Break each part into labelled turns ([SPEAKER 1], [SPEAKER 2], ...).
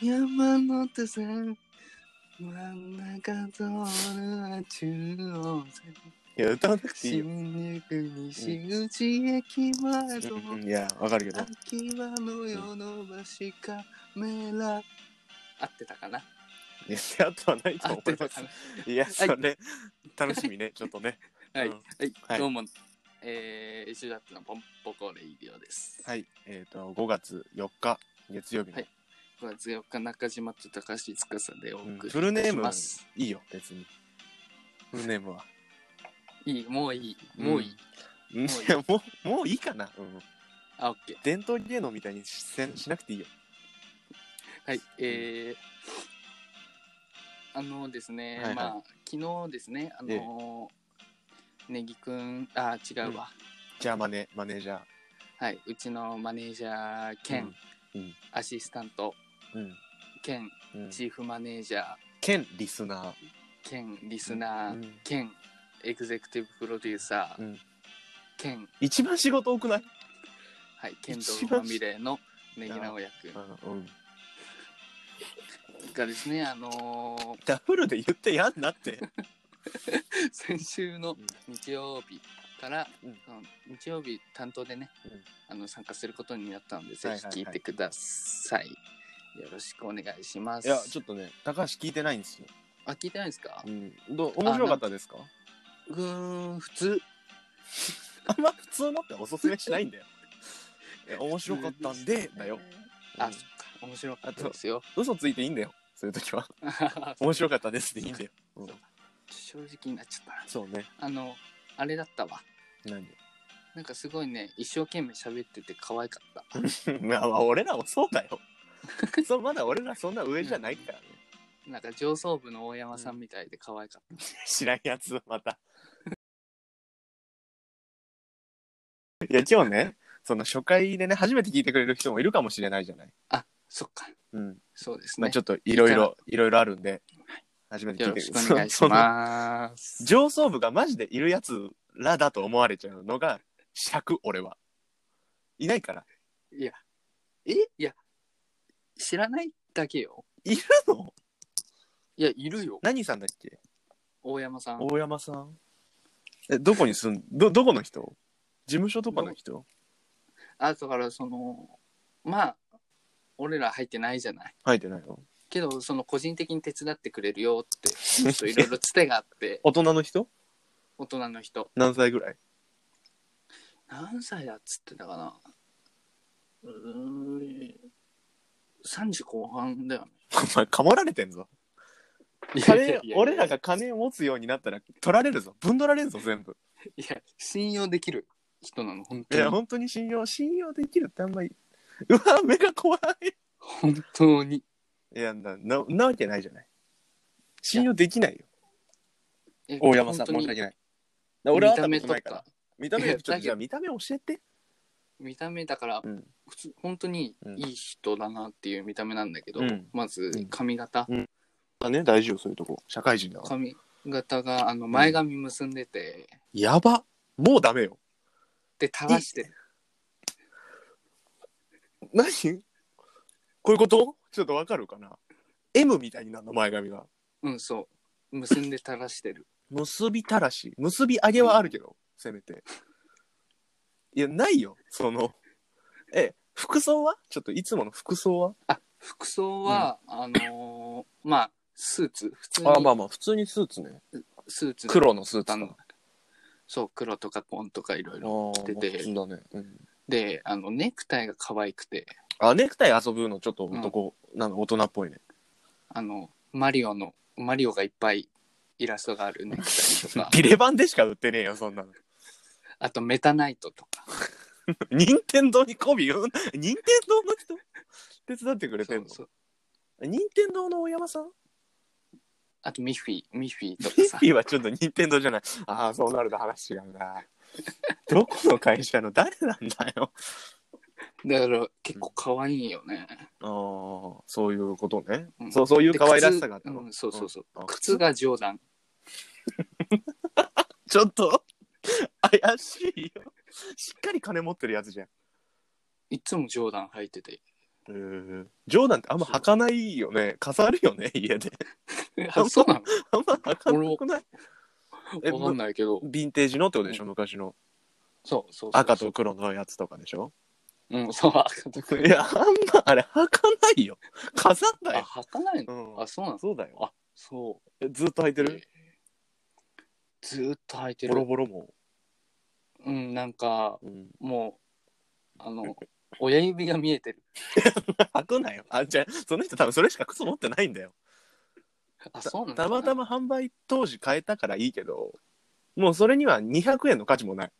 [SPEAKER 1] 山の手線真ん中通るは中央線
[SPEAKER 2] いや、歌わなくていいよ。
[SPEAKER 1] 新宿西口駅前と
[SPEAKER 2] うんうんいや、わかるけど。
[SPEAKER 1] 秋葉の夜のばしカメラ合ってたかない
[SPEAKER 2] や、あとはないと
[SPEAKER 1] 合
[SPEAKER 2] 思
[SPEAKER 1] って
[SPEAKER 2] いま
[SPEAKER 1] たかな
[SPEAKER 2] す。いや、それ、楽しみ ね、ちょっとね。
[SPEAKER 1] はい、
[SPEAKER 2] うん
[SPEAKER 1] はい、
[SPEAKER 2] はい
[SPEAKER 1] どうも、えー、イシュラップのポンポコレイディオです。
[SPEAKER 2] はい、えっ、と、5月4日、月曜日の。
[SPEAKER 1] はい
[SPEAKER 2] い、
[SPEAKER 1] 5月4日、中島と高橋司でお送りいたします。
[SPEAKER 2] フルネームいよ、別に。フルネームは。
[SPEAKER 1] いい、もういい、もういい。
[SPEAKER 2] うんい
[SPEAKER 1] もういい
[SPEAKER 2] や、もう、もういいかな。うん。
[SPEAKER 1] あ、オッケー。
[SPEAKER 2] 伝統芸能みたいにしせしなくていいよ。
[SPEAKER 1] はい、えー、あのですね、
[SPEAKER 2] はいはい
[SPEAKER 1] まあ、昨日ですね、あのー、ネギくん、あ、違うわ、
[SPEAKER 2] じゃあ、マネ、マネージャー。
[SPEAKER 1] はい、うちのマネージャー兼、
[SPEAKER 2] うん
[SPEAKER 1] アシスタント
[SPEAKER 2] うん。
[SPEAKER 1] 兼、
[SPEAKER 2] うん。
[SPEAKER 1] チーフマネージャー
[SPEAKER 2] 兼リスナー。
[SPEAKER 1] 兼、リスナー、
[SPEAKER 2] うん
[SPEAKER 1] 兼、エグゼクティブプロデューサー、
[SPEAKER 2] うん
[SPEAKER 1] 兼、
[SPEAKER 2] 一番仕事多くない
[SPEAKER 1] はい、剣道ファミレーのネギ直也く
[SPEAKER 2] うん。うん
[SPEAKER 1] んがですね、あのー
[SPEAKER 2] ダブルで言ってやんな って。
[SPEAKER 1] 先週の日曜日から、
[SPEAKER 2] うん
[SPEAKER 1] あの日曜日担当でね、
[SPEAKER 2] うん
[SPEAKER 1] あの参加することになったので、ぜ
[SPEAKER 2] はいはい
[SPEAKER 1] ひ聞いてください。よろしくお願いします。
[SPEAKER 2] いや、ちょっとね、高橋聞いてないんですよ。
[SPEAKER 1] あ、聞いてないですか
[SPEAKER 2] うん。どう面白かったですか
[SPEAKER 1] うーん、普通。
[SPEAKER 2] あんま普通のっておすすめしないん だよ。いや面白かったんで、だよ。。
[SPEAKER 1] あ、
[SPEAKER 2] うん
[SPEAKER 1] そっか、面白かったですよ。
[SPEAKER 2] 嘘ついていいんだよ。そういう時 は。 面白かったですでいいんだよ。うん
[SPEAKER 1] 正直になっちゃったな。
[SPEAKER 2] そうね。
[SPEAKER 1] あの、あれだったわ。
[SPEAKER 2] 何
[SPEAKER 1] なんかすごいね、一生懸命喋ってて可愛かった。
[SPEAKER 2] まあまあ、俺らもそうだ よ。そう、まだ俺らそんな上じゃないからね。
[SPEAKER 1] なんか上層部の大山さんみたいで可愛かった。
[SPEAKER 2] 知らんやつ、ま た。いや、今日ね、その初回でね、初めて聞いてくれる人もいるかもしれないじゃない。
[SPEAKER 1] そっか、
[SPEAKER 2] うん。
[SPEAKER 1] そうですね。
[SPEAKER 2] まあちょっといろいろ、いろいろあるんで、初めて
[SPEAKER 1] よ
[SPEAKER 2] 聞い
[SPEAKER 1] ろ
[SPEAKER 2] て
[SPEAKER 1] しくお願いします。
[SPEAKER 2] 上層部がマジでいるやつらだと思われちゃうのが尺俺はいないから
[SPEAKER 1] いや、えいや、知らないだけよ。
[SPEAKER 2] いるの
[SPEAKER 1] いや、いるよ。
[SPEAKER 2] 何さんだっけ
[SPEAKER 1] 大山さん。
[SPEAKER 2] 大山さんえどこに住んどどこの人事務所とかの人
[SPEAKER 1] あ、だから、その、まあ、俺ら入ってないじゃない。
[SPEAKER 2] 入ってないの
[SPEAKER 1] けど、その、個人的に手伝ってくれるよって、ちょっといろいろつてがあって、
[SPEAKER 2] 大人の人
[SPEAKER 1] 大人の人。
[SPEAKER 2] 何歳ぐらい
[SPEAKER 1] 何歳だっつってたかな。うーん、3時後半だよね。
[SPEAKER 2] お前かまられてんぞ
[SPEAKER 1] いやい
[SPEAKER 2] 金
[SPEAKER 1] やいや
[SPEAKER 2] 俺らが金持つようになったら取られるぞ分取られるぞ全部
[SPEAKER 1] いや、信用できる人なの、本
[SPEAKER 2] い
[SPEAKER 1] 当
[SPEAKER 2] や
[SPEAKER 1] に。
[SPEAKER 2] 本当に信用信用できるってあんまりうわ目が怖い
[SPEAKER 1] 本当に。
[SPEAKER 2] いやなななわけないじゃない信用できないよ
[SPEAKER 1] え
[SPEAKER 2] 大山さん、
[SPEAKER 1] 本当
[SPEAKER 2] 申
[SPEAKER 1] に
[SPEAKER 2] し訳ない。俺
[SPEAKER 1] 見
[SPEAKER 2] は会ったた
[SPEAKER 1] 目
[SPEAKER 2] こと
[SPEAKER 1] と
[SPEAKER 2] ないから
[SPEAKER 1] か。
[SPEAKER 2] 見た
[SPEAKER 1] い
[SPEAKER 2] 目、
[SPEAKER 1] や
[SPEAKER 2] ちょっ
[SPEAKER 1] だ
[SPEAKER 2] と
[SPEAKER 1] けど
[SPEAKER 2] じゃあ見た目教えて。
[SPEAKER 1] 見た目だから、
[SPEAKER 2] うん
[SPEAKER 1] 普通本当にいい人だなっていう見た目なんだけど、
[SPEAKER 2] うん
[SPEAKER 1] まず髪型、
[SPEAKER 2] うんだね、大事よ、そういうとこ。社会人だから。
[SPEAKER 1] 髪型があの前髪結んでて、
[SPEAKER 2] やば。もうダメよ。
[SPEAKER 1] で垂らして
[SPEAKER 2] 何こういうことちょっとわかるかな ?M みたいになるの、前髪が。
[SPEAKER 1] うんそう結んで垂らしてる
[SPEAKER 2] 結びたらし。結び上げはあるけど、せめて。いや、ないよ、その。え、服装はちょっといつもの服装は
[SPEAKER 1] あ服装は、あのーまあスーツ普通に
[SPEAKER 2] あまあ、普通にスーツね。
[SPEAKER 1] スーツだ
[SPEAKER 2] 黒のスー
[SPEAKER 1] ったのそう黒とか紺とかいろいろ
[SPEAKER 2] 着
[SPEAKER 1] てて
[SPEAKER 2] だね。うん
[SPEAKER 1] であのネクタイが可愛くて
[SPEAKER 2] あ、ネクタイ遊ぶのちょっと男、なんか大人っぽいね。
[SPEAKER 1] あのマリオのマリオがいっぱいイラストがあるネクタイ とか
[SPEAKER 2] ビレ版でしか売ってねえよ、そんなの。
[SPEAKER 1] あとメタナイトとか
[SPEAKER 2] 任天堂に媚び言う任天堂の人手伝ってくれてんの
[SPEAKER 1] そうそう
[SPEAKER 2] 任天堂の大山さん
[SPEAKER 1] あとミッフィー、ミッフィーと
[SPEAKER 2] ピ
[SPEAKER 1] かさ
[SPEAKER 2] ッピ。ーはちょっと任天堂じゃない。ああ、そうなると話 違うな。どこの会社の誰なんだよ。
[SPEAKER 1] だから結構可愛いよね。
[SPEAKER 2] ああ、そういうことね。
[SPEAKER 1] うん
[SPEAKER 2] そう、そういう可愛らしさがあった
[SPEAKER 1] で
[SPEAKER 2] の。
[SPEAKER 1] 靴うん、そうそうそう。
[SPEAKER 2] うんあ
[SPEAKER 1] 靴が冗談。
[SPEAKER 2] ちょっと、怪しいよ。しっかり金持ってるやつじゃん。
[SPEAKER 1] いつも冗談履いてて。
[SPEAKER 2] えー、ジョーダンってあんま履かないよね。飾るよね、家で。
[SPEAKER 1] あ、 そう な
[SPEAKER 2] あんま履かなくないえ
[SPEAKER 1] のわかんないけど。
[SPEAKER 2] ヴィンテージのってことでしょ、昔の。
[SPEAKER 1] そうそうそう。
[SPEAKER 2] 赤と。黒のやつとかでしょ
[SPEAKER 1] うん、そう、赤と黒。
[SPEAKER 2] いや、あんま、あれ、履かないよ。飾った
[SPEAKER 1] あ、
[SPEAKER 2] よ。
[SPEAKER 1] 履かないの
[SPEAKER 2] うん
[SPEAKER 1] あ、そうなんです
[SPEAKER 2] そうだよ。
[SPEAKER 1] あ、そ
[SPEAKER 2] えずっと履いて
[SPEAKER 1] う。
[SPEAKER 2] る
[SPEAKER 1] ずーっと履いて
[SPEAKER 2] ボロ
[SPEAKER 1] る。
[SPEAKER 2] ボロも。
[SPEAKER 1] うん、なんか、
[SPEAKER 2] うん、
[SPEAKER 1] もう、あ の、親指が見えてる。
[SPEAKER 2] 履くなよ。あ、じゃあその人多分それしか靴持ってないんだよ。
[SPEAKER 1] あ、そうなんだ。
[SPEAKER 2] たまた
[SPEAKER 1] ま。
[SPEAKER 2] ま販売当時変えたからいいけど、もうそれには200円の価値もない。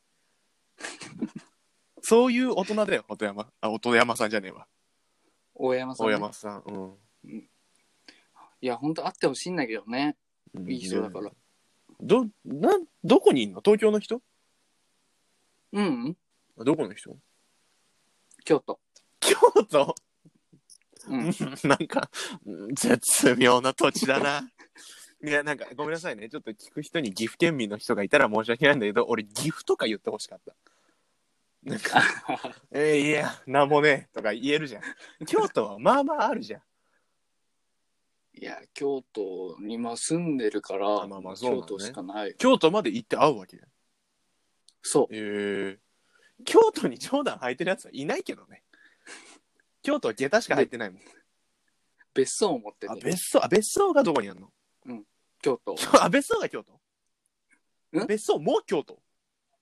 [SPEAKER 2] そういう大人だよ、音山。あ、音山さんじゃねえわ。
[SPEAKER 1] 大山さん
[SPEAKER 2] 大
[SPEAKER 1] ね。
[SPEAKER 2] 山さん。うん。
[SPEAKER 1] いや、本当あってほしいんだけどね。
[SPEAKER 2] うん
[SPEAKER 1] いい人だから。。
[SPEAKER 2] ど、なん、どこにいんの東京の人
[SPEAKER 1] うん、うん、
[SPEAKER 2] あどこの人
[SPEAKER 1] 京都。
[SPEAKER 2] 京都
[SPEAKER 1] うん。
[SPEAKER 2] なんか、うん絶妙な土地だな。 いや、なんか、ごめんなさいね。ちょっと聞く人に岐阜県民の人がいたら申し訳ないんだけど、俺、岐阜とか言ってほしかった。なん か、えーいや、なんもねえとか言えるじゃん。京都はまあまああるじゃん。
[SPEAKER 1] いや、京都に今住んでるから、
[SPEAKER 2] あまあまあそうなん
[SPEAKER 1] 京
[SPEAKER 2] だね
[SPEAKER 1] 都しかない。
[SPEAKER 2] 京都まで行って会うわけ。
[SPEAKER 1] そう。
[SPEAKER 2] えー、京都に冗談履いてるやつはいないけどね。京都は下駄しか履いてないもん。
[SPEAKER 1] 別荘を持って
[SPEAKER 2] あ、
[SPEAKER 1] て、
[SPEAKER 2] 別荘、あ、別荘がどこにあるの
[SPEAKER 1] 京 都。
[SPEAKER 2] あ、別荘が京都
[SPEAKER 1] ん
[SPEAKER 2] 別荘も京都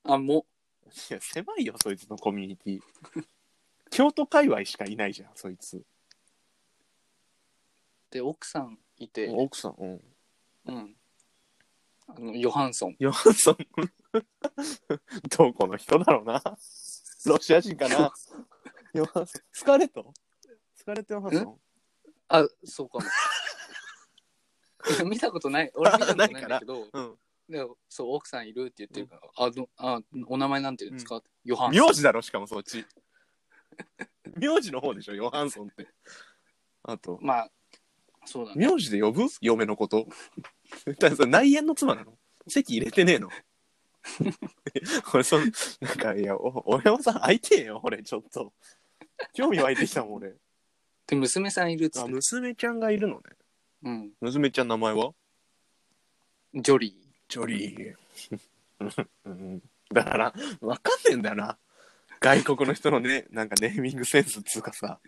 [SPEAKER 1] あ、も
[SPEAKER 2] いや、狭いよ、そいつのコミュニティ。 京都界隈しかいないじゃん、そいつ。
[SPEAKER 1] で、奥さんいて、
[SPEAKER 2] 奥さん、うん。
[SPEAKER 1] うん。あの、ヨハンソン。
[SPEAKER 2] ヨハンソン。 どこの人だろうな。ロシア人かな。ヨハンソン。スカレットスカレット・ヨハンソン。
[SPEAKER 1] あ、そうかも。 いや見たこと ない。俺見たことないんだけど、
[SPEAKER 2] うん。
[SPEAKER 1] でもそう、奥さんいるって言ってるから、あ、どあお名前なんて言うんですか、ヨハンソン。
[SPEAKER 2] 名字だろ、しかもそっち。名字の方でしょ、ヨハンソンって。あと、
[SPEAKER 1] まあ、そうだね。
[SPEAKER 2] 名字で呼ぶ嫁のこと。 だからそれ内縁の妻なの席入れてねえの 俺そのなんかいやお大山さん会いてえよ俺ちょっと興味湧いてきたもん俺
[SPEAKER 1] で、娘さんいるっつっ
[SPEAKER 2] あ
[SPEAKER 1] て。
[SPEAKER 2] 娘ちゃんがいるのね
[SPEAKER 1] うん。
[SPEAKER 2] 娘ちゃん名前は
[SPEAKER 1] ジョリ
[SPEAKER 2] ジョリーうん だからわかんねえんだよな外国の人のねなんかネーミングセンスっつうかさ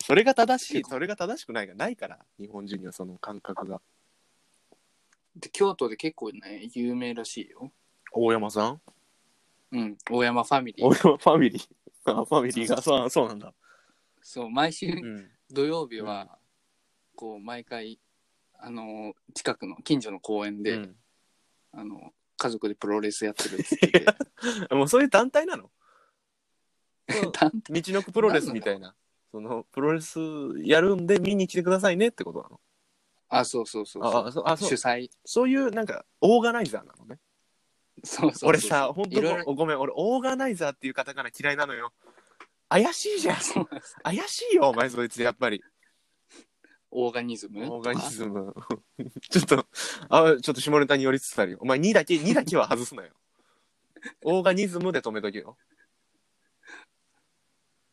[SPEAKER 2] それが正しいそれが正しくないがないから日本人にはその感覚が
[SPEAKER 1] ー。で、京都で結構ね、有名らしいよ。
[SPEAKER 2] 大山さん
[SPEAKER 1] うん。大山ファミリー。
[SPEAKER 2] 俺はファミリー。あファミリーが、そうそうなんだ。
[SPEAKER 1] そう、毎週
[SPEAKER 2] うん。
[SPEAKER 1] 土曜日は、こう、毎回、あのー、近くの、近所の公園で、
[SPEAKER 2] うん
[SPEAKER 1] あの、家族でプロレスやってるっつってて
[SPEAKER 2] もうそういう団体なの
[SPEAKER 1] 単
[SPEAKER 2] 道のくプロレスみたいな。その、プロレスやるんで見に来てくださいねってことなの。
[SPEAKER 1] あ、そうそうそうそう。
[SPEAKER 2] ああそうあそう
[SPEAKER 1] 主催。
[SPEAKER 2] そういう、なんか、オーガナイザーなのね。
[SPEAKER 1] そうそうそう
[SPEAKER 2] 俺さ、本当
[SPEAKER 1] いろいろ。
[SPEAKER 2] ごめん、俺、オーガナイザーっていう方から嫌いなのよ。怪しいじゃん。
[SPEAKER 1] そうなんです
[SPEAKER 2] 怪しいよ、お前、そいつ、やっぱり。
[SPEAKER 1] オーガニズム
[SPEAKER 2] オーガニズム。 ちょっと、あ、ちょっと下ネタに寄りつつあるよ。お前、2だけ、2だけは外す なよ。オーガニズムで止めとけよ。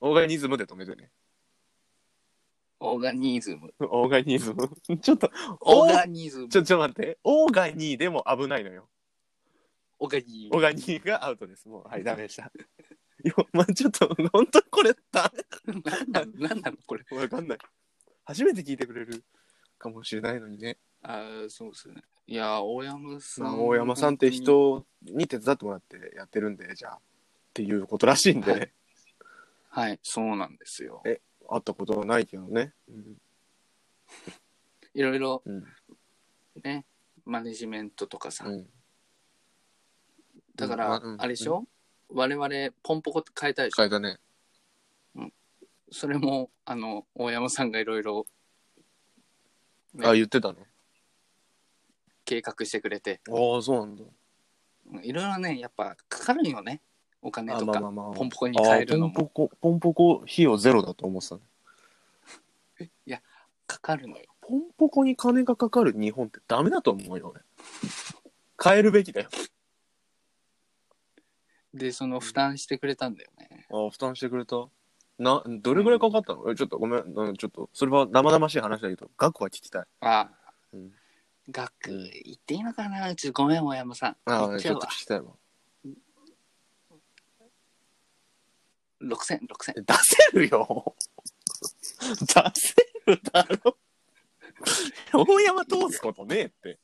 [SPEAKER 2] オーガニズムで止めてね。
[SPEAKER 1] オーガニズム。
[SPEAKER 2] オーガニズム。 ちょっと、
[SPEAKER 1] オ
[SPEAKER 2] オ
[SPEAKER 1] ー
[SPEAKER 2] ー
[SPEAKER 1] ガニズム。
[SPEAKER 2] ちょ、ちょ、待って。オーガニーでも危ないのよ。
[SPEAKER 1] オーガニ
[SPEAKER 2] オーガニーがアウトです。もう、はい、ダメでした。 いや、まあ、ちょっと、本当これ、ダ
[SPEAKER 1] なんなのなんなのこれ。
[SPEAKER 2] メ。わかんない。初めて聞いてくれるかもしれないのにね。
[SPEAKER 1] あそうですね。いやー、大山さ
[SPEAKER 2] まあ、
[SPEAKER 1] ん。
[SPEAKER 2] 大山さんって。人に手伝ってもらってやってるんで、じゃあ、っていうことらしいんで、
[SPEAKER 1] はいはい、そうなんですよ。
[SPEAKER 2] 会ったことはないけどね。うん。
[SPEAKER 1] いろいろ
[SPEAKER 2] うん。
[SPEAKER 1] ね、マネジメントとかさ。
[SPEAKER 2] うん
[SPEAKER 1] だか
[SPEAKER 2] ま
[SPEAKER 1] ら
[SPEAKER 2] あうん、
[SPEAKER 1] あれでしょ我々、ポンポコ変えたでしょ
[SPEAKER 2] 変えたね。
[SPEAKER 1] それも、あの、大山さんがいろいろね
[SPEAKER 2] あ、言ってたの
[SPEAKER 1] 計画してくれて、
[SPEAKER 2] ああ、そうなんだ。
[SPEAKER 1] いろいろね、やっぱかかるよね。お金
[SPEAKER 2] あ
[SPEAKER 1] と
[SPEAKER 2] まあま
[SPEAKER 1] か
[SPEAKER 2] あ、まあ。
[SPEAKER 1] ポンポコに変えるの
[SPEAKER 2] あポ
[SPEAKER 1] も
[SPEAKER 2] ンポコ、ポンポコ費用ゼロだと思ってたね。
[SPEAKER 1] かかるのよ。
[SPEAKER 2] ポンポコに金がかかる日本ってダメだと思うよ、俺。変えるべきだよ。
[SPEAKER 1] で、その負担してくれたんだよね。
[SPEAKER 2] ああ、負担してくれた。な、どれぐらいかかったの、えちょっとごめん、うんちょっと、それは生々しい話だけど、額は聞きたい。
[SPEAKER 1] あ、
[SPEAKER 2] うん
[SPEAKER 1] 学、言っていいのかなちょっとごめん、大山さん。
[SPEAKER 2] あ
[SPEAKER 1] 言
[SPEAKER 2] あ、
[SPEAKER 1] っ
[SPEAKER 2] ち
[SPEAKER 1] ちゃ
[SPEAKER 2] ょ
[SPEAKER 1] う
[SPEAKER 2] っと
[SPEAKER 1] わ
[SPEAKER 2] 聞。きたいわ。
[SPEAKER 1] 6000、6000。
[SPEAKER 2] 出せるよ出せるだろ大山通すことねえって。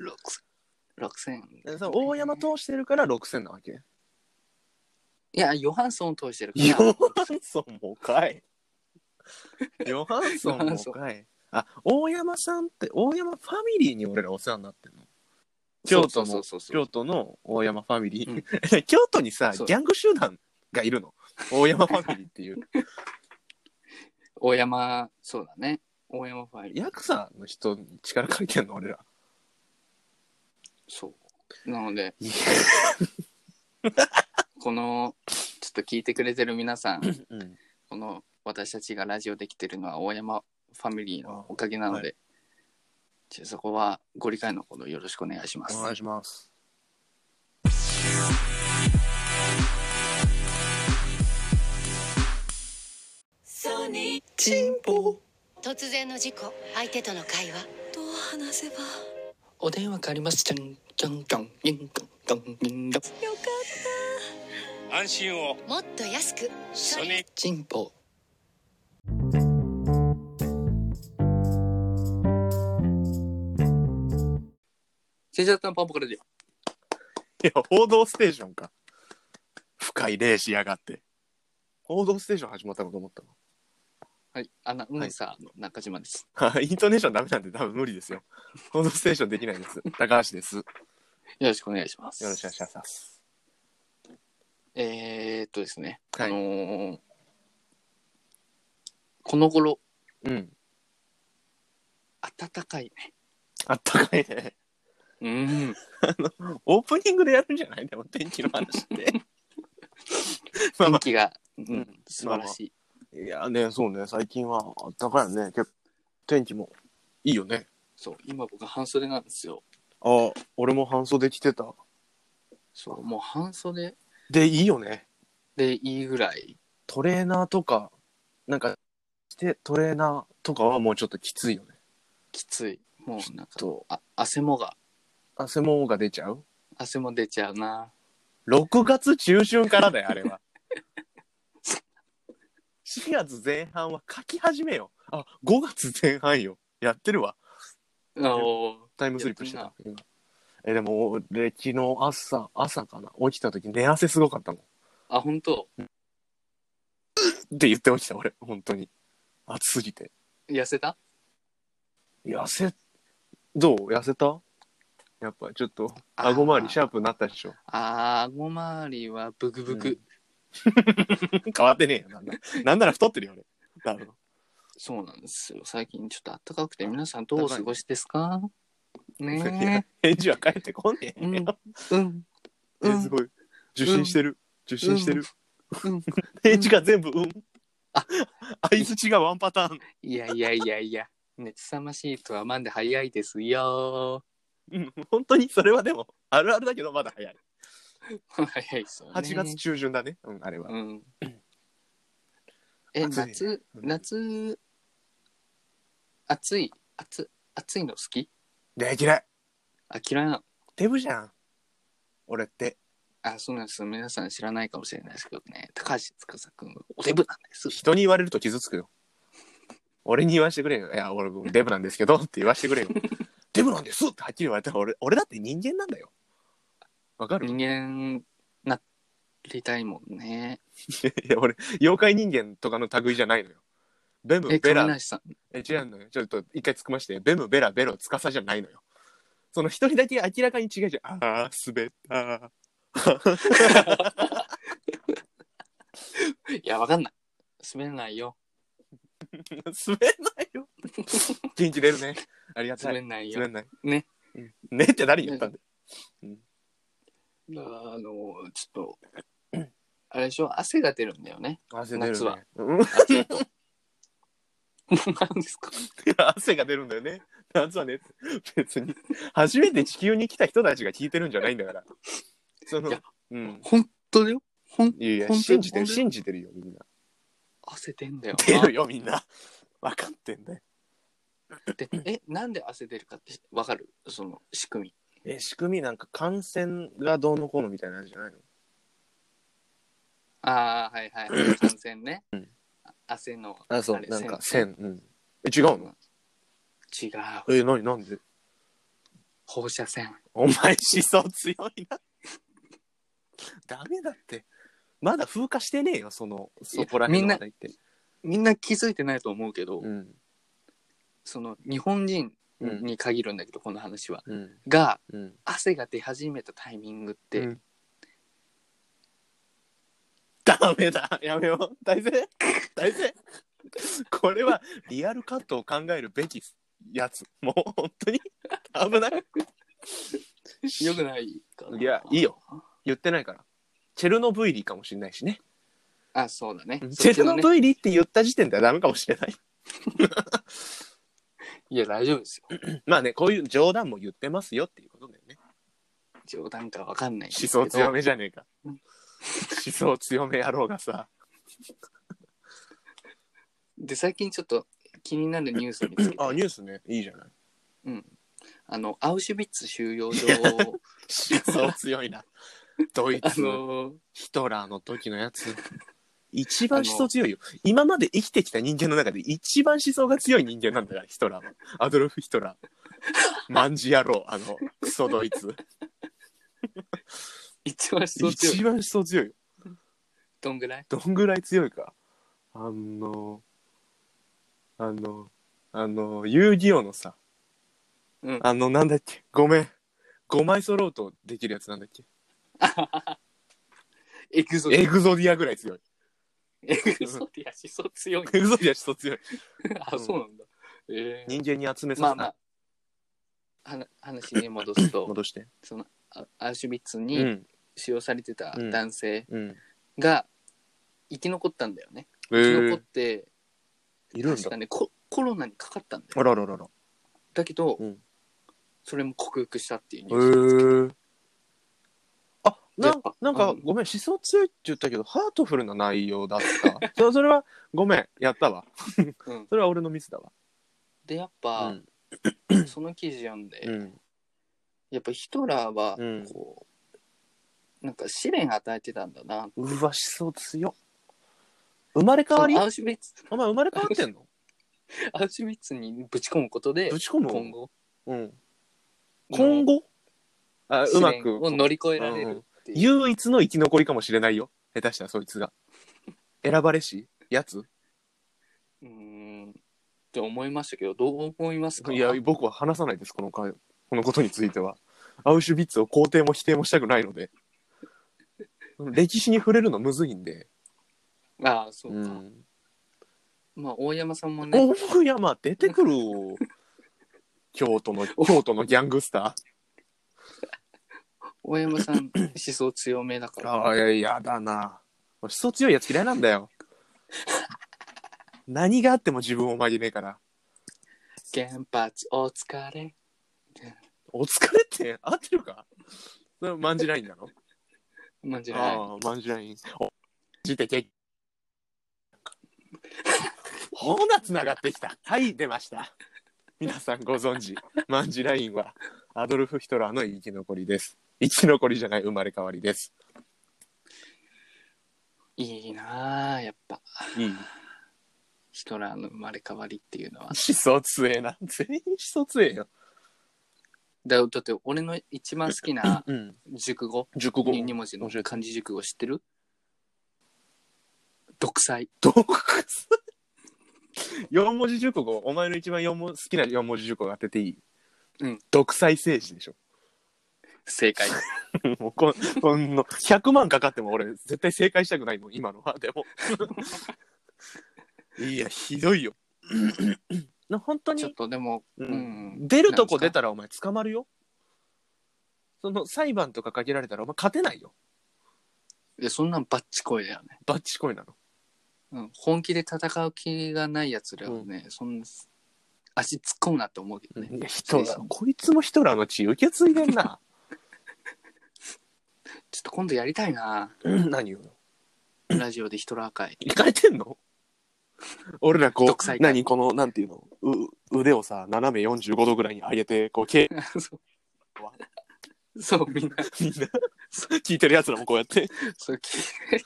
[SPEAKER 1] 6000。
[SPEAKER 2] そう大山通してるから6000なわけ。
[SPEAKER 1] いや、ヨハンソンを通してるから。
[SPEAKER 2] ヨハンソンもかい。ヨハンソンもかい。あ、大山さんって、大山ファミリーに俺らお世話になってるの。京都
[SPEAKER 1] そう
[SPEAKER 2] の、
[SPEAKER 1] そうそうそう
[SPEAKER 2] 京都の大山ファミリー。
[SPEAKER 1] う
[SPEAKER 2] 京都にさ、ギ
[SPEAKER 1] そう
[SPEAKER 2] ャング集団がいるの。大山ファミリーって いう。
[SPEAKER 1] 大山、そうだね。大山ファイル。
[SPEAKER 2] ヤクザの人に力借りてんの、俺ら。
[SPEAKER 1] そう。なので、この、ちょっと聞いてくれてる皆さん、
[SPEAKER 2] うん。
[SPEAKER 1] この、私たちがラジオできてるのは大山ファミリーのおかげなので、
[SPEAKER 2] は
[SPEAKER 1] ちょそこはご理解のほどよろしくお願いします。
[SPEAKER 2] お願いします。
[SPEAKER 3] ソニー
[SPEAKER 1] チンポ
[SPEAKER 3] 突然の事故相手との会話どう話せば
[SPEAKER 1] お電話借ります。ちゃんちゃんちゃんにんちゃんちゃんにんちゃん
[SPEAKER 3] よか
[SPEAKER 4] 安心を
[SPEAKER 3] ったもっと安く
[SPEAKER 4] ソニー
[SPEAKER 1] チンポチンジャータンパンポカラジオ
[SPEAKER 2] いや、報道ステーションか。深い霊しやがって。報道ステーション始まったのと思った
[SPEAKER 1] はい、アナウンサーの中島です。
[SPEAKER 2] の。 はいイントネーションダメなんで多分無理ですよ。報道ステーションできないです。高橋です。よ
[SPEAKER 1] よろしくお願いします。
[SPEAKER 2] ろしくお願いします。
[SPEAKER 1] えー、っとですね、
[SPEAKER 2] はい
[SPEAKER 1] あのーこの頃
[SPEAKER 2] うん。
[SPEAKER 1] 暖かいね。
[SPEAKER 2] あったかいね。
[SPEAKER 1] うん、
[SPEAKER 2] オープニングでやるんじゃないでも天気の話って。ま あ
[SPEAKER 1] 天
[SPEAKER 2] ま
[SPEAKER 1] 気が、う、
[SPEAKER 2] うん
[SPEAKER 1] 素晴らしい。
[SPEAKER 2] あ、 いやね、そうね、最近はあったかいよね。結構天気もいいよね。
[SPEAKER 1] そう、今僕半袖なんですよ。
[SPEAKER 2] あ、俺も半袖着てた。
[SPEAKER 1] そう、もう半袖
[SPEAKER 2] で、いいよね。
[SPEAKER 1] でいいぐらい。
[SPEAKER 2] トレーナーとか、なんか、してトレーナーとかはもうちょっときついよね。
[SPEAKER 1] きつい。もうなんか
[SPEAKER 2] ちょ、
[SPEAKER 1] あ汗もが、
[SPEAKER 2] 汗もが出ちゃう
[SPEAKER 1] 汗も出ちゃうな。
[SPEAKER 2] ?6 月中旬からだよ、あれは。4月前半は書き始めよ。あ、5月前半よ。やってるわ。
[SPEAKER 1] あの
[SPEAKER 2] タイムスリップしてた。今え、でも、俺、昨日朝、朝かな。起きた時寝汗すごかったもん。
[SPEAKER 1] あ、本当
[SPEAKER 2] って言って起きた、俺。本当に。暑すぎて。
[SPEAKER 1] 痩せた
[SPEAKER 2] 痩せ、どう痩せたやっぱちょっと、顎周りシャープになったでしょ。
[SPEAKER 1] あー、顎周りはブクブク。
[SPEAKER 2] うん 変わってねえよ。なんならなんなら太ってるよ、俺。多分
[SPEAKER 1] そうなんですよ。最近ちょっと暖かくて、皆さんどうお過ごしですか
[SPEAKER 2] いや
[SPEAKER 1] ね
[SPEAKER 2] 返事は返ってこね
[SPEAKER 1] え。う
[SPEAKER 2] えよ
[SPEAKER 1] ん。。うん。う
[SPEAKER 2] えす
[SPEAKER 1] ん。
[SPEAKER 2] ごい。受信してる。受信してる。
[SPEAKER 1] うん。
[SPEAKER 2] 返事が全部、うん。
[SPEAKER 1] あ
[SPEAKER 2] 相づちがワンパターン。
[SPEAKER 1] いやいやいやいや。熱さましいとはまんで早いですよ。
[SPEAKER 2] うん、本当にそれはでも、あるあるだけどまだ早い。
[SPEAKER 1] 早いですよね。
[SPEAKER 2] 8月中旬だね。うん、あれは。
[SPEAKER 1] うん。え、
[SPEAKER 2] 暑いね
[SPEAKER 1] 夏、
[SPEAKER 2] うん
[SPEAKER 1] 夏、暑い、暑、暑いの好き
[SPEAKER 2] ねえ、嫌い。
[SPEAKER 1] あ、嫌いなの。
[SPEAKER 2] デブじゃん。俺って。
[SPEAKER 1] あ、そうなんですよ。皆さん知らないかもしれないですけどね。高橋司君、おデブなんです。
[SPEAKER 2] 人に言われると傷つくよ。俺に言わしてくれよ。いや、俺、デブなんですけどって言わし てくれよ。デブなんですってはっきり言われたら、俺、俺だって人間なんだよ。わかる
[SPEAKER 1] 人間なりたいもんね。
[SPEAKER 2] いや、俺、妖怪人間とかの類じゃないのよ。 ベム、
[SPEAKER 1] え、亀
[SPEAKER 2] ベラ、
[SPEAKER 1] 梨さん。
[SPEAKER 2] え、違うのよ。ちょっと一回つくまして、ベム、ベラ、ベロ、つかさじゃないのよ。その一人だけ明らかに違いじゃん。あー、 滑った。
[SPEAKER 1] いや、わかんない。滑らないよ。
[SPEAKER 2] 滑んない よ。元気出るね。ありがた
[SPEAKER 1] 滑
[SPEAKER 2] い。
[SPEAKER 1] らない
[SPEAKER 2] 滑
[SPEAKER 1] よ。
[SPEAKER 2] んない。
[SPEAKER 1] ね
[SPEAKER 2] うん。ねって誰に言ったんだよ。
[SPEAKER 1] あの、ちょっと、あれでしょ、汗が出るんだよね。
[SPEAKER 2] 汗
[SPEAKER 1] 出るね夏は
[SPEAKER 2] うん。
[SPEAKER 1] 汗と。何ですか
[SPEAKER 2] 汗が出るんだよね。夏はね、別に。初めて地球に来た人たちが聞いてるんじゃないんだから。その
[SPEAKER 1] いや、
[SPEAKER 2] うん。
[SPEAKER 1] 本当だよ。ほん、
[SPEAKER 2] いやいや、
[SPEAKER 1] 本当に
[SPEAKER 2] 信じてる、
[SPEAKER 1] 本当に
[SPEAKER 2] 信じてるよ、みんな。
[SPEAKER 1] 汗出んだよ
[SPEAKER 2] 出るよみんな分かってんだよ
[SPEAKER 1] なってえなんで汗出るかってわかるその仕組
[SPEAKER 2] え仕組みなんか感染がどうのこうのみたいなんじゃないの
[SPEAKER 1] みああはいはいはい感染ね、
[SPEAKER 2] うん
[SPEAKER 1] 汗の
[SPEAKER 2] あそう
[SPEAKER 1] れ
[SPEAKER 2] なんか
[SPEAKER 1] 線
[SPEAKER 2] 線うんえ違うの
[SPEAKER 1] 違う
[SPEAKER 2] え何なんで
[SPEAKER 1] 放射線
[SPEAKER 2] お前思想強いなダメだってまだ風化してねえよそのそこら辺の話題って
[SPEAKER 1] みんな気づいてないと思うけど、
[SPEAKER 2] うん
[SPEAKER 1] その日本人
[SPEAKER 2] うん
[SPEAKER 1] に限るんだけど、この話は
[SPEAKER 2] うん
[SPEAKER 1] が
[SPEAKER 2] うん
[SPEAKER 1] 汗が出始めたタイミングって、
[SPEAKER 2] うんダメだ やめよう大勢大勢これはリアルカットを考えるべきやつもう本当に危ない
[SPEAKER 1] よくないかない
[SPEAKER 2] やいいよ言ってないからチェルノブイリかもしれないしね
[SPEAKER 1] あそうだね
[SPEAKER 2] チ
[SPEAKER 1] そっ
[SPEAKER 2] ェ
[SPEAKER 1] ち
[SPEAKER 2] ル
[SPEAKER 1] の
[SPEAKER 2] ノ
[SPEAKER 1] ね
[SPEAKER 2] ブイリって言った時点ではダメかもしれない
[SPEAKER 1] いや大丈夫ですよ
[SPEAKER 2] まあねこういう冗談も言ってますよっていうことだよね
[SPEAKER 1] 冗談かわかんないんです
[SPEAKER 2] 思
[SPEAKER 1] けど
[SPEAKER 2] 想強めじゃねえか
[SPEAKER 1] うん
[SPEAKER 2] 思想強め野郎がさ
[SPEAKER 1] で最近ちょっと気になるニュースを見つけて
[SPEAKER 2] あニュースねいいじゃない
[SPEAKER 1] うん、あのアウシュビッツ収容所を
[SPEAKER 2] 思想強いなドイ
[SPEAKER 1] あ
[SPEAKER 2] ツ
[SPEAKER 1] の
[SPEAKER 2] ヒトラーの時のやつ。一番思想強いよ。今まで生きてきた人間の中で一番思想が強い人間なんだから、ヒトラーは。アドルフ・ヒトラー。マンジ野郎、あの、クソドイツ。
[SPEAKER 1] 一番そう強
[SPEAKER 2] 一
[SPEAKER 1] い
[SPEAKER 2] 番思想強いよ。
[SPEAKER 1] どんぐらい
[SPEAKER 2] どんぐらい強いか。あの、あの、あの、遊戯王のさ、
[SPEAKER 1] うん
[SPEAKER 2] あの、なんだっけ、ごめん。5枚揃うとできるやつなんだっけ。
[SPEAKER 1] エグゾディ
[SPEAKER 2] エグゾディアぐらい強い。
[SPEAKER 1] エグゾディア思想強い
[SPEAKER 2] エグゾディア思想強い。
[SPEAKER 1] あそうなんだええ
[SPEAKER 2] 人間に集めさせた。
[SPEAKER 1] まあまあはな話に戻すと
[SPEAKER 2] 戻して。
[SPEAKER 1] そのあアウシュビッツ
[SPEAKER 2] う
[SPEAKER 1] に
[SPEAKER 2] ん。
[SPEAKER 1] 使用されてた男性
[SPEAKER 2] うん。
[SPEAKER 1] が生き残ったんだよね、生
[SPEAKER 2] え
[SPEAKER 1] き残って
[SPEAKER 2] い
[SPEAKER 1] 確かねココロナにかかったんだよ
[SPEAKER 2] あらららら。
[SPEAKER 1] だけど、
[SPEAKER 2] うん
[SPEAKER 1] それも克服したっていうニ
[SPEAKER 2] へ
[SPEAKER 1] ュース
[SPEAKER 2] ーあな
[SPEAKER 1] やっぱ
[SPEAKER 2] なんか、
[SPEAKER 1] うん
[SPEAKER 2] ごめん思想強いって言ったけどハートフルな内容だった そそれはごめんやったわ
[SPEAKER 1] うん
[SPEAKER 2] それは俺のミスだわ
[SPEAKER 1] でやっぱ、
[SPEAKER 2] ん
[SPEAKER 1] その記事読んで、
[SPEAKER 2] うん
[SPEAKER 1] やっぱヒトラーは
[SPEAKER 2] うん
[SPEAKER 1] こう、なんか試練与えてたんだな
[SPEAKER 2] うわ思想強っ生まれ変わり
[SPEAKER 1] そのアウシュビッツ
[SPEAKER 2] お前生まれ変わってんの
[SPEAKER 1] アウシュビッツにぶち込むことで
[SPEAKER 2] ぶち込む
[SPEAKER 1] 今後
[SPEAKER 2] うん、今後あう
[SPEAKER 1] う
[SPEAKER 2] ま
[SPEAKER 1] ま
[SPEAKER 2] く
[SPEAKER 1] くを乗り越えられるっていう、
[SPEAKER 2] 唯一の生き残りかもしれないよ下手したらそいつが選ばれしやつ
[SPEAKER 1] うーんって思いましたけどどう思いますか
[SPEAKER 2] いや、僕は話さないです、このかこのことについては。アウシュビッツを肯定も否定もしたくないので。歴史に触れるのむずいんで。
[SPEAKER 1] ああそうか、
[SPEAKER 2] うん。
[SPEAKER 1] まあ大山さんもね
[SPEAKER 2] 大山出てくるよ。京都の、京都のギャングスタ
[SPEAKER 1] 大山さん思想強めだか
[SPEAKER 2] ー。
[SPEAKER 1] ら
[SPEAKER 2] ああ、いや、やだな。俺、思想強いやつ嫌いなんだよ。何があっても自分を紛れねえから。
[SPEAKER 1] 原発お疲れ
[SPEAKER 2] お疲れって合ってるかそれマンジラインなの
[SPEAKER 1] まあじゃない
[SPEAKER 2] ああ、マンジュライン。おじてけ。ほなつながってきた。はい、出ました。皆さんご存知、マンジュラインはアドルフ・ヒトラーの生き残りです。生き残りじゃない、生まれ変わりです。
[SPEAKER 1] いいなあやっぱ
[SPEAKER 2] いい。思
[SPEAKER 1] ヒトラーの生まれ変わりっていうのは
[SPEAKER 2] 想強えな。全員思想強えよ。
[SPEAKER 1] だだって俺の一番好きな
[SPEAKER 2] うん。
[SPEAKER 1] 熟語
[SPEAKER 2] 熟語。
[SPEAKER 1] 2文字の漢字熟語知ってる独裁
[SPEAKER 2] 洞窟。4文字熟語、お前の一番四文好きな4文字熟語当てていい
[SPEAKER 1] うん。
[SPEAKER 2] 独裁政治でしょ。
[SPEAKER 1] 正解
[SPEAKER 2] もうここんの100万かかっても俺絶対正解したくないもん今のはで もいやひどいよ な本当
[SPEAKER 1] ちょっ
[SPEAKER 2] に、
[SPEAKER 1] とでも、
[SPEAKER 2] う
[SPEAKER 1] うんん
[SPEAKER 2] 出るとこ出たらお前捕まるよその裁判とかかけられたらお前勝てないよ
[SPEAKER 1] いやそんなんバッチ声だよね、
[SPEAKER 2] バッチコイなの
[SPEAKER 1] うん、本気で戦う気がないやつらはね、そんな足突っ込むなって思うけどね、
[SPEAKER 2] いやヒ
[SPEAKER 1] ト
[SPEAKER 2] ト
[SPEAKER 1] ラー
[SPEAKER 2] ラーこいつもヒトラーの血受け継いでん な
[SPEAKER 1] ちょっと今度やりたいな
[SPEAKER 2] 何を
[SPEAKER 1] ラジオでヒトラー会
[SPEAKER 2] いかれてんの俺らこ
[SPEAKER 1] 独裁
[SPEAKER 2] う、
[SPEAKER 1] 家
[SPEAKER 2] 何この、なんていうの、う腕をさ、斜め45度ぐらいに上げて、こう、け
[SPEAKER 1] そうそう、みんな、
[SPEAKER 2] みんな、 聞いてる奴らもこうやって、
[SPEAKER 1] そう聞いて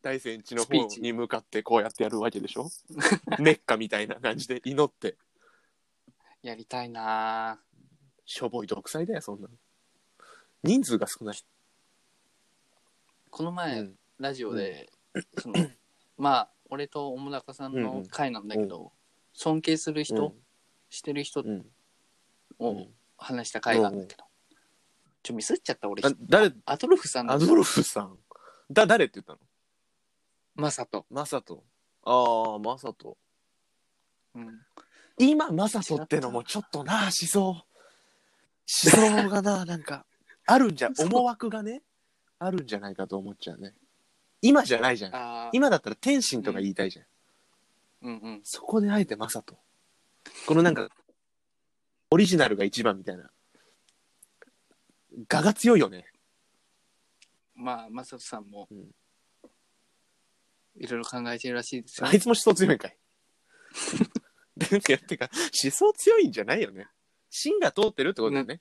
[SPEAKER 2] 大戦地の
[SPEAKER 1] スピー
[SPEAKER 2] 方
[SPEAKER 1] チ
[SPEAKER 2] に向かってこうやってやるわけでし ょメッカみたいな感じで祈って、
[SPEAKER 1] やりたいな
[SPEAKER 2] しょぼい独裁だよ、そんなの。人数が少ない。
[SPEAKER 1] ぁこの前、
[SPEAKER 2] うん
[SPEAKER 1] ラジオで、 その、まあ、俺とおもだかさんの回なんだけど、尊敬する人、してる人
[SPEAKER 2] うん
[SPEAKER 1] を話した回なんだけど、ちょ、ミスっちゃった、俺
[SPEAKER 2] あ、誰、
[SPEAKER 1] アドルフさんだ
[SPEAKER 2] アドルフさん。だ、誰って言ったの
[SPEAKER 1] マサト。
[SPEAKER 2] マサト。ああ、マサト。
[SPEAKER 1] うん。
[SPEAKER 2] 今、マサトってのもちょっとな、思想。思想がな、 なんか、あるんじゃ、
[SPEAKER 1] そう
[SPEAKER 2] 思惑がね、あるんじゃないかと思っちゃうね。今じゃないじゃん。
[SPEAKER 1] あー
[SPEAKER 2] 今だったら天心とか言いたいじゃん。
[SPEAKER 1] うんうん。
[SPEAKER 2] そこであえてマサト。このなんか、オリジナルが一番みたいな。画が強いよね。
[SPEAKER 1] まあ、マサトさんも
[SPEAKER 2] うん、
[SPEAKER 1] いろいろ考えてるらしいですよ
[SPEAKER 2] あ。いつも思想強いんかい。なんか、てか、思想強いんじゃないよね。芯が通ってるってことだよね。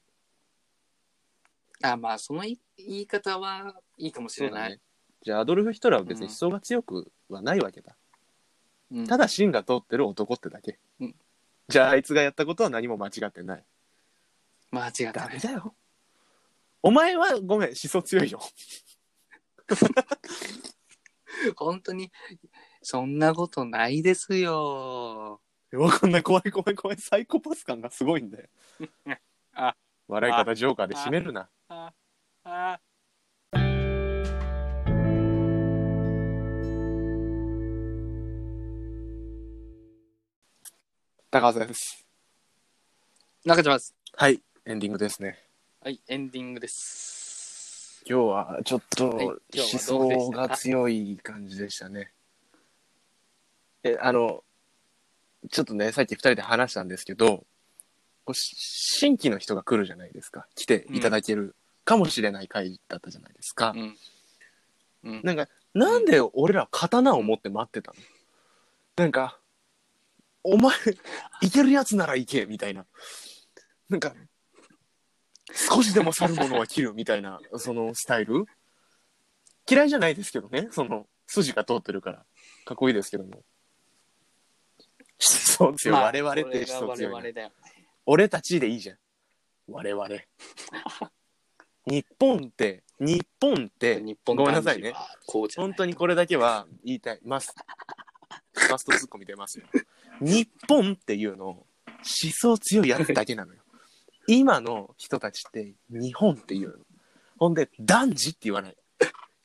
[SPEAKER 1] あ、まあ、その言い言い方はいいかもしれ
[SPEAKER 2] そうだ
[SPEAKER 1] ない。
[SPEAKER 2] ね。じゃあ、アドルフ・ヒトラーは別に
[SPEAKER 1] うん
[SPEAKER 2] 思想が強くはないわけだ。
[SPEAKER 1] うん
[SPEAKER 2] ただ、芯が通ってる男ってだけ。
[SPEAKER 1] うん
[SPEAKER 2] じゃあ、あいつがやったことは何も間違ってない。
[SPEAKER 1] まあ、違った
[SPEAKER 2] ダ
[SPEAKER 1] ね
[SPEAKER 2] メ。だよ。お前は、ごめん、思想強いよ。
[SPEAKER 1] 本当に、そんなことないですよ。
[SPEAKER 2] わかんない、怖い、怖い、怖い、サイコパス感がすごいん だよ。
[SPEAKER 1] あ
[SPEAKER 2] 笑い方ジョーカーで締めるな。
[SPEAKER 1] あ
[SPEAKER 2] 高橋です。
[SPEAKER 1] 中島です。
[SPEAKER 2] はい、エンディングですね。
[SPEAKER 1] はい、エンディングです。
[SPEAKER 2] 今日はちょっと
[SPEAKER 1] はい
[SPEAKER 2] 思
[SPEAKER 1] 今日はどうでし
[SPEAKER 2] 想
[SPEAKER 1] たか
[SPEAKER 2] が強い感じでしたね。え、あの、ちょっとね、さっき二人で話したんですけど、こうし新規の人が来るじゃないですか。来ていただけるかもしれない会だったじゃないですか。
[SPEAKER 1] うん。うん。
[SPEAKER 2] なんか、なんで俺ら刀を持って待ってたのなんか、お前、いけるやつならいけ、みたいな。なんか、少しでも去るものは切る、みたいな、 そのスタイル嫌いじゃないですけどね、その、筋が通ってるから、かっこいいですけども。 そうですよ、
[SPEAKER 1] まあ
[SPEAKER 2] 我々って思
[SPEAKER 1] こ
[SPEAKER 2] 想
[SPEAKER 1] れ
[SPEAKER 2] 強
[SPEAKER 1] が
[SPEAKER 2] い
[SPEAKER 1] 我
[SPEAKER 2] な
[SPEAKER 1] 々だよ。
[SPEAKER 2] 俺たちでいいじゃん。我 々。日本って、日本って、
[SPEAKER 1] 日本
[SPEAKER 2] ごめんなさいね。。
[SPEAKER 1] こうじゃない
[SPEAKER 2] 本当にこれだけは言いたい ます。マストツッコミ出ますよ。日本っていうの、思想強いやつだけなのよ。今の人たちって日本っていうの。ほんで、男児って言わない。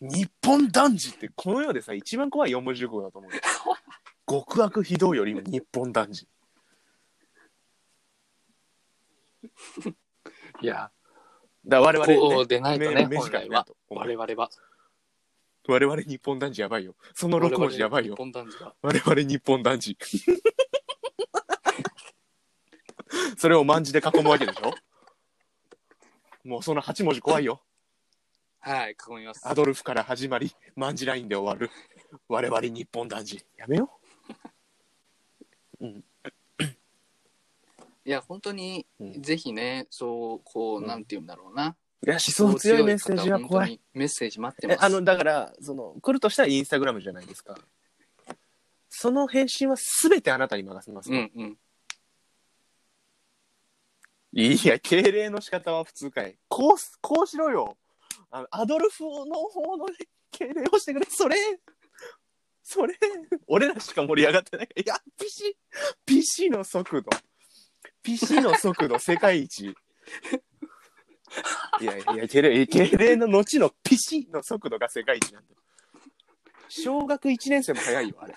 [SPEAKER 2] 日本男児ってこの世でさ、一番怖い四文字熟語だと思うよ。極悪非道よりも日本男児。いや、だから我々、ね、
[SPEAKER 1] こうでないとね、
[SPEAKER 2] 目目
[SPEAKER 1] 本
[SPEAKER 2] 力
[SPEAKER 1] 来
[SPEAKER 2] ね
[SPEAKER 1] は
[SPEAKER 2] と。思う
[SPEAKER 1] 我々は。
[SPEAKER 2] 我々日本男児やばいよ。その6文字やばいよ
[SPEAKER 1] 日。本男児は。
[SPEAKER 2] 我々日本男児。それを漢字で囲むわけでしょもうその8文字怖いよ。
[SPEAKER 1] はい、囲みます。
[SPEAKER 2] アドルフから始まり、万字ラインで終わる。我々日本男児。やめよ
[SPEAKER 1] いや、本当に、
[SPEAKER 2] うん
[SPEAKER 1] ぜひね、そう、こう、
[SPEAKER 2] うん
[SPEAKER 1] なんて言うんだろうな。
[SPEAKER 2] う。いや、思想強いメッセージは怖い。。
[SPEAKER 1] メッセージ待ってま
[SPEAKER 2] え
[SPEAKER 1] す。
[SPEAKER 2] あの、だから、その、来るとしたらインスタグラムじゃないですか。その返信は全てあなたに任せます
[SPEAKER 1] う
[SPEAKER 2] よ。
[SPEAKER 1] んうん。
[SPEAKER 2] いや、敬礼の仕方は普通かい。こうす、こうしろよ。あの、アドルフの方の敬礼をしてくれ。それ、それ、俺らしか盛り上がってない。いや、ピシ、ピシの速度。ピシの速度、世界一。いやいや、敬礼、敬礼の後のピシの速度が世界一なんだよ。小学1年生も早いよ、あれ。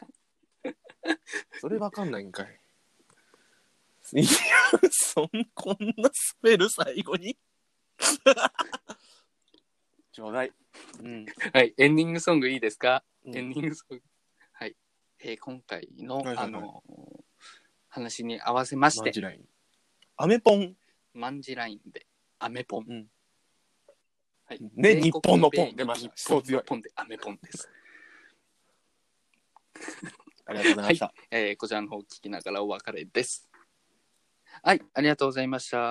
[SPEAKER 2] それわかんないんかい。いや、そん、こんなスペル最後に。 ちょうだい。うん。
[SPEAKER 1] はい、エンディングソングいいですかエン
[SPEAKER 2] う
[SPEAKER 1] ディングソング。はい。えー今回の、
[SPEAKER 2] はいはいはい
[SPEAKER 1] あの、話に合わせまして、
[SPEAKER 2] ライン。アメポン。
[SPEAKER 1] マンジラインで、アメポン。
[SPEAKER 2] うん
[SPEAKER 1] はい、
[SPEAKER 2] ね
[SPEAKER 1] 米国
[SPEAKER 2] 日本のポン
[SPEAKER 1] 米
[SPEAKER 2] 出ました
[SPEAKER 1] 日本
[SPEAKER 2] そう強
[SPEAKER 1] の
[SPEAKER 2] い
[SPEAKER 1] ポンで、アメポンです。
[SPEAKER 2] ありがとうございました。
[SPEAKER 1] えーこちらの方を聞きながらお別れです。はい、ありがとうございました。